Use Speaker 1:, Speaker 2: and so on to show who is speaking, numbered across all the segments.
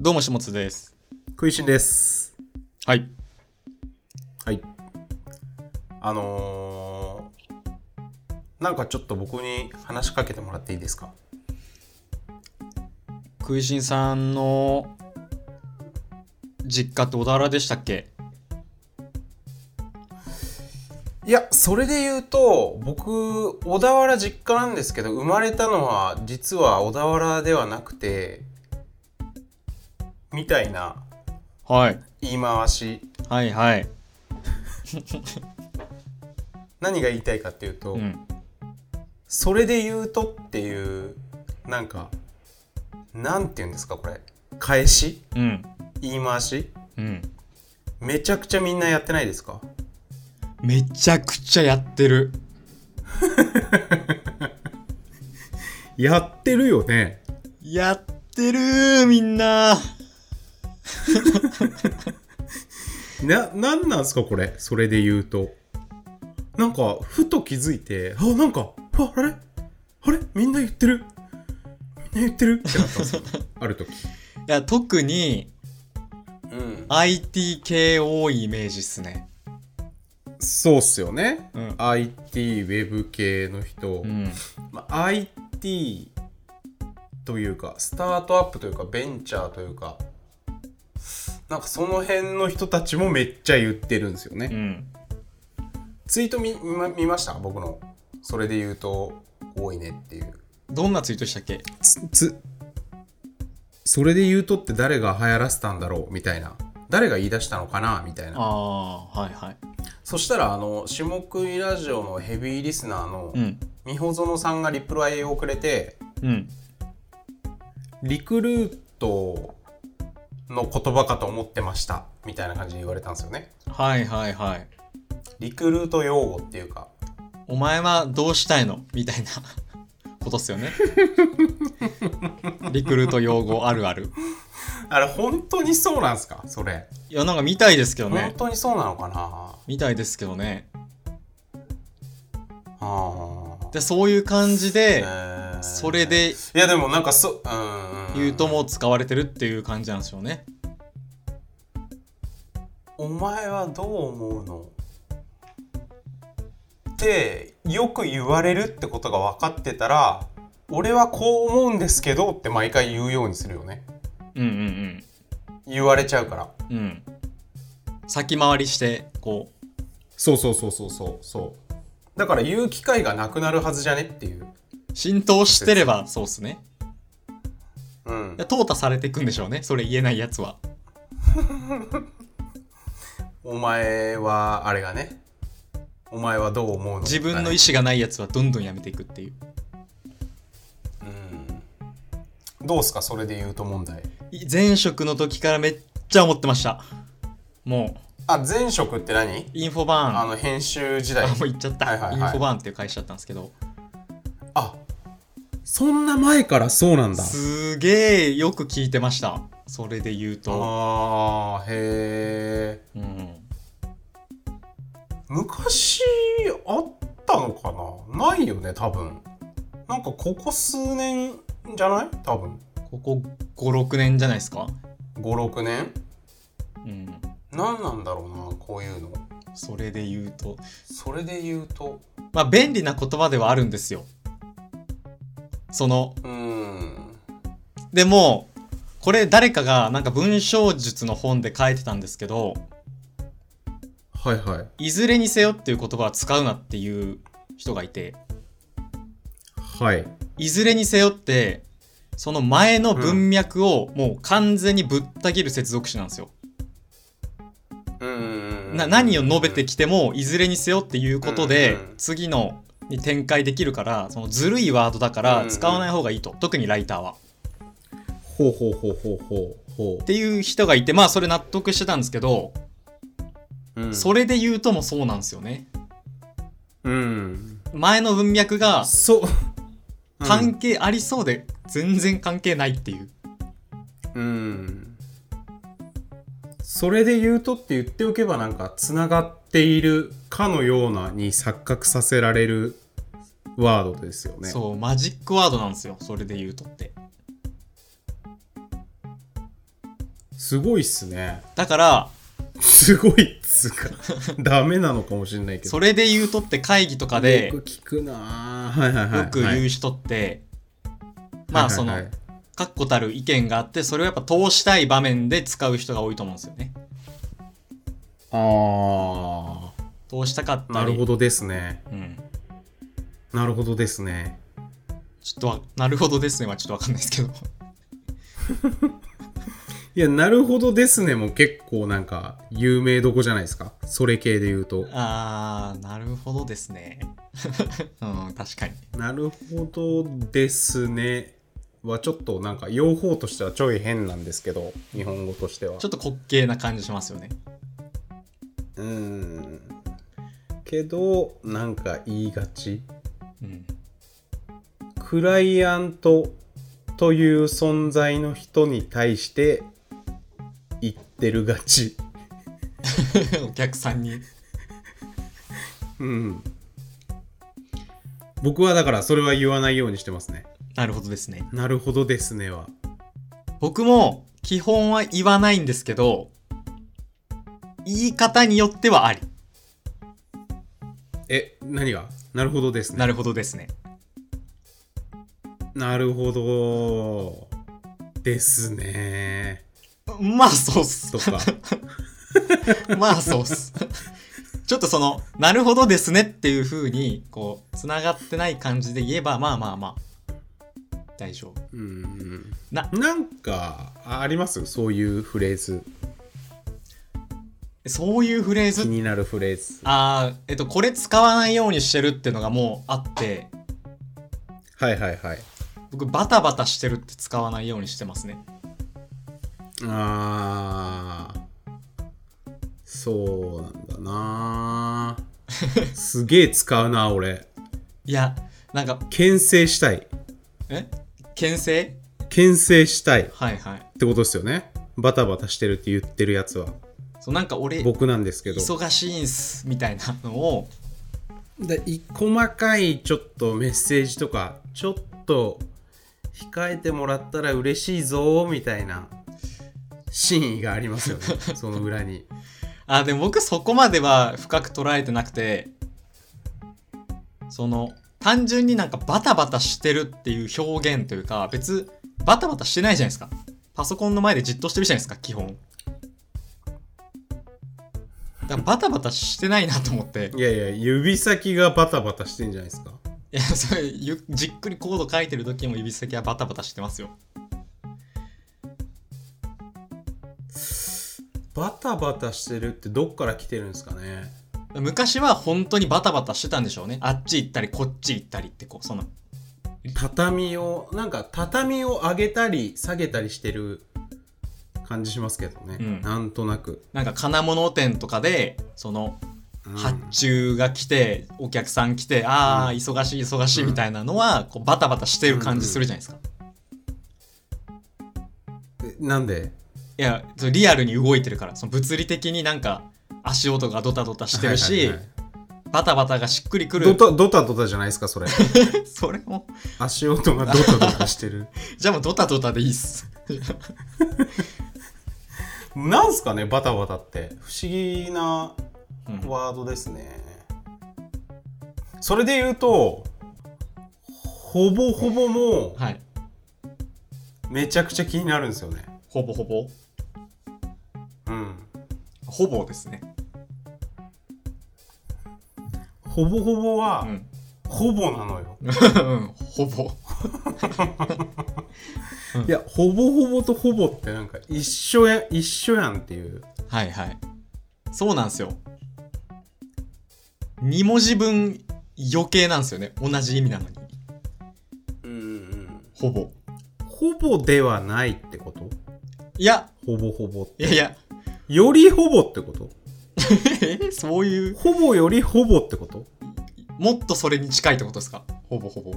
Speaker 1: どうもしもつです。
Speaker 2: 食いしんです。
Speaker 1: はい。
Speaker 2: はい。あのー、なんかちょっと僕に話しかけてもらっていいですか
Speaker 1: 食いしんさんの実家って小田原でしたっけ
Speaker 2: いや、それで言うと、僕、小田原実家なんですけど、生まれたのは実は小田原ではなくて、みたいな
Speaker 1: はい。
Speaker 2: 言い回し。
Speaker 1: はいはい。
Speaker 2: 何が言いたいかっていうと、
Speaker 1: うん。
Speaker 2: それで言うとっていう、なんか、なんて言うんですか、これ。返し
Speaker 1: うん。
Speaker 2: 言い回し
Speaker 1: うん。
Speaker 2: めちゃくちゃみんなやってないですか
Speaker 1: めちゃくちゃやってる。
Speaker 2: やってるよね
Speaker 1: やってるーみんな。
Speaker 2: ななんなんすかこれそれで言うとなんかふと気づいてあなんかああれあれみんな言ってるみんな言ってるってなったん ですよある時
Speaker 1: いや、特に
Speaker 2: うん
Speaker 1: IT 系多いイメージっすね。
Speaker 2: そうっすよね、
Speaker 1: うん
Speaker 2: IT ウェブ系の人、
Speaker 1: うん。
Speaker 2: まあ IT というかスタートアップというかベンチャーというかなんかその辺の人たちもめっちゃ言ってるんですよね、
Speaker 1: うん。
Speaker 2: ツイート見見ま見ました僕のそれで言うと多いねっていう
Speaker 1: どんなツイートしたっけ
Speaker 2: つつそれで言うとって誰が流行らせたんだろうみたいな誰が言い出したのかなみたいな
Speaker 1: ああー、はいはい。
Speaker 2: そしたらあの下食いラジオのヘビーリスナーの
Speaker 1: うん。
Speaker 2: みほぞのさんがリプライをくれて
Speaker 1: うん。
Speaker 2: リクルートの言葉かと思ってましたみたいな感じで言われたんですよね
Speaker 1: はいはいはい。
Speaker 2: リクルート用語っていうか
Speaker 1: お前はどうしたいのみたいなことっすよね。リクルート用語あるある。
Speaker 2: あれ本当にそうなんすかそれ、
Speaker 1: いや、なんか見たいですけど
Speaker 2: 本
Speaker 1: ね。
Speaker 2: 当にそうなのかな
Speaker 1: 見たいですけどね。
Speaker 2: あー
Speaker 1: で、そういう感じで、
Speaker 2: えー
Speaker 1: それで
Speaker 2: いやでもなんかそうん
Speaker 1: 言うともう使われてるっていう感じなんでしょうね。
Speaker 2: お前はどう思うのってよく言われるってことが分かってたら俺はこう思うんですけどって毎回言うようにするよね
Speaker 1: うんうん
Speaker 2: 言われちゃうから
Speaker 1: うん。うん。先回りして、こう。
Speaker 2: そうそうそうそうそうそうだから言う機会がなくなるはずじゃねっていう
Speaker 1: 浸透してればそうっすね。
Speaker 2: うん
Speaker 1: いや淘汰されていくんでしょうね。それ言えないやつは。
Speaker 2: お前はあれがねお前はどう思うの
Speaker 1: 自分の意思がないやつはどんどんやめていくっていう。
Speaker 2: うんどうすかそれで言うと問題
Speaker 1: い前職の時からめっちゃ思ってました。もう、
Speaker 2: あ前職って何
Speaker 1: インフォバーン。
Speaker 2: あの編集時代
Speaker 1: あもう行っちゃった、
Speaker 2: はいはいはい
Speaker 1: インフォバーンっていう会社だったんですけど
Speaker 2: あそんな前からそうなんだ
Speaker 1: すげえよく聞いてましたそれで言うと、
Speaker 2: あーへえ
Speaker 1: うん、
Speaker 2: 昔あったのかなないよね多分なんかここ数年じゃない多分
Speaker 1: ここ56年じゃないですか、
Speaker 2: 56年
Speaker 1: うん、
Speaker 2: 何なんだろうなこういうの
Speaker 1: それで言うと
Speaker 2: それで言うと
Speaker 1: まあ便利な言葉ではあるんですよその
Speaker 2: うーん
Speaker 1: でもこれ誰かがなんか文章術の本で書いてたんですけど
Speaker 2: はいはい
Speaker 1: いずれにせよっていう言葉は使うなっていう人がいて
Speaker 2: はい
Speaker 1: いずれにせよってその前の文脈をもう完全にぶった切る接続詞なんですよ
Speaker 2: うーん
Speaker 1: な何を述べてきてもいずれにせよっていうことで
Speaker 2: うん
Speaker 1: 次のに展開できるからそのずるいワードだか
Speaker 2: う
Speaker 1: ら
Speaker 2: ん
Speaker 1: 使わない方がいいと特にライターはっ
Speaker 2: ほうほうほうほうほうほ
Speaker 1: ていう人がいてまあそれ納得してたんですけど
Speaker 2: う、うん、
Speaker 1: それで言うともそうなんですよね
Speaker 2: うん
Speaker 1: 前の文脈が
Speaker 2: そう
Speaker 1: 関係ありそうで全然関係ないっていう
Speaker 2: うんそれで言うとって言っておけばなんかつながっているかのようなに錯覚させられるワードですよね
Speaker 1: そうマジックワードなんですよそれで言うとって
Speaker 2: すごいっすね
Speaker 1: だから
Speaker 2: すごいっつ うかダメなのかもしれないけど
Speaker 1: それで言うとって会議とかで
Speaker 2: よく聞くなぁはいはいはい
Speaker 1: よく言う人ってまあその
Speaker 2: はいはいはい
Speaker 1: 確固たる意見があってそれをやっぱ通したい場面で使う人が多いと思うんですよね
Speaker 2: あ
Speaker 1: 通したかった
Speaker 2: あな
Speaker 1: り
Speaker 2: るほどですね
Speaker 1: うん、
Speaker 2: なるほどですね
Speaker 1: ちょっとわなるほどですねはちょっとわかんないですけど
Speaker 2: いやなるほどですねも結構なんか有名どこじゃないですかそれ系で言うと
Speaker 1: あーなるほどですね うん確かに
Speaker 2: なるほどですねはちょっとなんか用法としてはちょい変なんですけど日本語としては
Speaker 1: ちょっと滑稽な感じしますよね
Speaker 2: うーんけどなんか言いがち
Speaker 1: うん
Speaker 2: クライアントという存在の人に対して言ってるがち
Speaker 1: お客さんに
Speaker 2: うん僕はだからそれは言わないようにしてますね
Speaker 1: なるほどですね
Speaker 2: なるほどですねは
Speaker 1: 僕も基本は言わないんですけど言い方によってはあり
Speaker 2: え何がなるほどですね
Speaker 1: なるほどですね
Speaker 2: なるほどですね
Speaker 1: まあそうっす
Speaker 2: とか
Speaker 1: まあそうっす ちょっとそのなるほどですねっていう風にこうつながってない感じで言えばまあまあまあ大丈夫
Speaker 2: うん
Speaker 1: な
Speaker 2: なんかあありますそういうフレーズ
Speaker 1: そういうフレー
Speaker 2: 気
Speaker 1: ズ
Speaker 2: になるフレーズ
Speaker 1: あーえっとこれ使わないようにしてるっていうのがもうあって
Speaker 2: はいはいはい
Speaker 1: 僕バタバタしてるって使わないようにしてますね
Speaker 2: あーそうなんだなすげえ使うな俺
Speaker 1: いやなんか
Speaker 2: 牽制したい
Speaker 1: え牽制
Speaker 2: 牽制したいっ
Speaker 1: はいはい
Speaker 2: てことですよねバタバタしてるって言ってるやつは
Speaker 1: そうなんか俺
Speaker 2: 僕なんですけど
Speaker 1: 忙しいんすみたいなのを
Speaker 2: でい細かいちょっとメッセージとかちょっと控えてもらったら嬉しいぞーみたいな真意がありますよ ねその裏に
Speaker 1: あでも僕そこまでは深く捉えてなくてその単純になんかバタバタしてるっていう表現というか別バタバタしてないじゃないですかパソコンの前でじっとしてるじゃないですか基本だからバタバタしてないなと思って
Speaker 2: いやいや指先がバタバタしてんじゃないですか
Speaker 1: いやそれゆじっくりコード書いてる時も指先はバタバタしてますよ
Speaker 2: バタバタしてるってどっから来てるんですかね
Speaker 1: 昔は本当にバタバタしてたんでしょうねあっち行ったりこっち行ったりってこうその
Speaker 2: 畳をなんか畳を上げたり下げたりしてる感じしますけどね、
Speaker 1: うん
Speaker 2: なんとなく、
Speaker 1: なんか金物店とかでその
Speaker 2: うん
Speaker 1: 発注が来て、お客さん来てああ、
Speaker 2: うん
Speaker 1: 忙しい忙しいみたいなのはこうバタバタしてる感じするじゃないですか、
Speaker 2: えなんで
Speaker 1: いやそれリアルに動いてるからその物理的になんか足音がドタドタしてるし、
Speaker 2: はいはいはい
Speaker 1: バタバタがしっくりく
Speaker 2: ド
Speaker 1: る
Speaker 2: タドタドタじゃないですかそれ
Speaker 1: それも
Speaker 2: 足音がドタドタしてる
Speaker 1: じゃあもうドタドタでいいっす
Speaker 2: なんすかねバタバタって不思議な
Speaker 1: うん
Speaker 2: ワードですね、それで言うとほぼほぼ も
Speaker 1: はい
Speaker 2: めちゃくちゃ気になるんですよね
Speaker 1: ほぼほぼ
Speaker 2: うん
Speaker 1: ほぼですね
Speaker 2: ほぼほぼは、
Speaker 1: うん
Speaker 2: ほぼなのよ、
Speaker 1: うんほぼ
Speaker 2: いやほぼほぼとほぼってなんか一緒や一緒やんっていう
Speaker 1: はいはいそうなんですよ2文字分余計なんですよね同じ意味なのにほぼ
Speaker 2: ほぼではないってこと
Speaker 1: いや
Speaker 2: ほぼほぼっ
Speaker 1: い
Speaker 2: て
Speaker 1: やいや
Speaker 2: よりほぼってこと
Speaker 1: え そういう
Speaker 2: ほぼよりほぼってこと
Speaker 1: もっとそれに近いってことですかほぼほぼ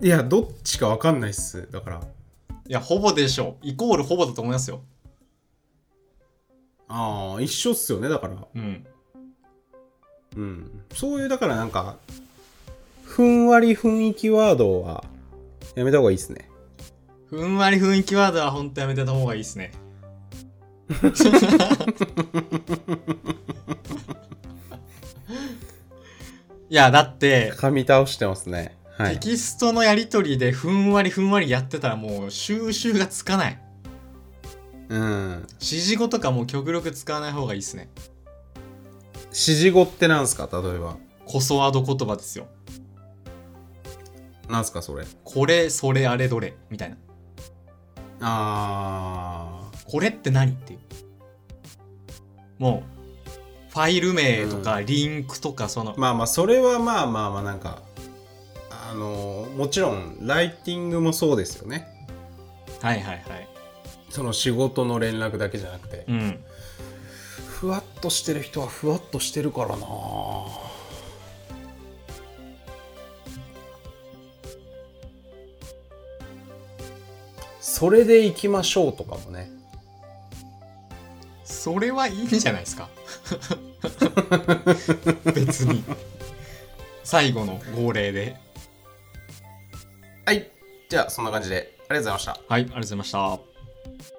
Speaker 1: い
Speaker 2: いやどっちかわかんないっすだから
Speaker 1: やほぼでしょイコールほぼだと思いますよ
Speaker 2: ああ一緒っすよねだから
Speaker 1: うん
Speaker 2: うんそういうだからなんかふんわり雰囲気ワードはやめた方がいいっすね
Speaker 1: ふんわり雰囲気ワードはほんとやめてた方がいいですねいやだって、
Speaker 2: 噛み倒してますね。はい
Speaker 1: テ。キストのやり取りでふんわりふんわりやってたらもう収集がつかない
Speaker 2: うん。
Speaker 1: 指示語とかもう極力使わない方がいいですね
Speaker 2: 指示語ってなんすか例えば。
Speaker 1: こそワード言葉ですよ
Speaker 2: なんすかそれ。
Speaker 1: これそれあれどれみたいな
Speaker 2: あ
Speaker 1: これって何っていうもうファイル名とかリンクとかその、
Speaker 2: ー。まあまあ、それはまあまあまあ、なんか、あのーもちろん、ライティングもそうですよね。
Speaker 1: はいはいはい
Speaker 2: その仕事の連絡だけじゃなくて。
Speaker 1: うん
Speaker 2: ふわっとしてる人はふわっとしてるからなそれで行きましょうとかもね。
Speaker 1: それはいいんじゃないです か別に最後の号令で
Speaker 2: はい。じゃあ、そんな感じで。ありがとうございました。
Speaker 1: はいありがとうございました